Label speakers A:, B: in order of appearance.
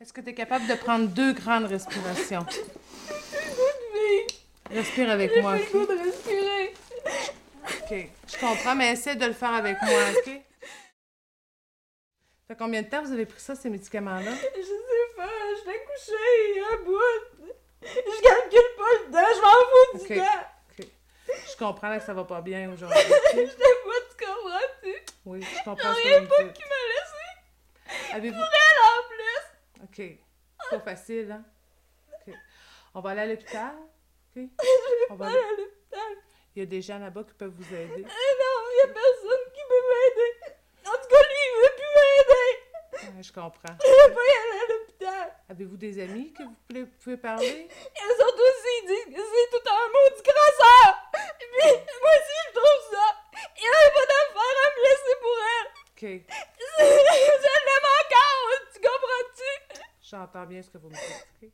A: Est-ce que tu es capable de prendre deux grandes respirations? Respire avec moi,
B: J'ai
A: ok?
B: le goût de respirer.
A: Ok. Je comprends, mais essaie de le faire avec moi, ok? Ça fait combien de temps vous avez pris ça, ces médicaments-là?
B: Je sais pas, je l'ai couché un bout. Je calcule pas le temps, je m'en fous
A: Ok.
B: du temps.
A: Ok. Je comprends là, que ça va pas bien aujourd'hui.
B: Je l'ai pas, tu comprends-tu?
A: Oui, je comprends
B: J'en
A: ce
B: ai
A: que
B: pas
A: vous me
B: qui m'a laissé
A: dites. Avez-vous...
B: elle en plus.
A: OK. C'est Pas facile, hein? OK. On va aller à l'hôpital? OK? On va
B: Pas
A: aller-
B: à l'hôpital.
A: Il y a des gens là-bas qui peuvent vous aider.
B: Eh non, y a personne qui peut m'aider. En tout cas, lui, il veut plus m'aider.
A: Ouais, je comprends.
B: Je vais pas y aller à l'hôpital.
A: Avez-vous des amis que vous pouvez, pouvez parler?
B: Elles ont aussi dit que c'est tout un maudit crasseur. Puis, moi aussi, je trouve ça. Il avait pas d'affaire à me laisser pour elle.
A: OK.
B: Je l'aime encore, tu comprends-tu?
A: J'entends bien ce que vous me dites. OK?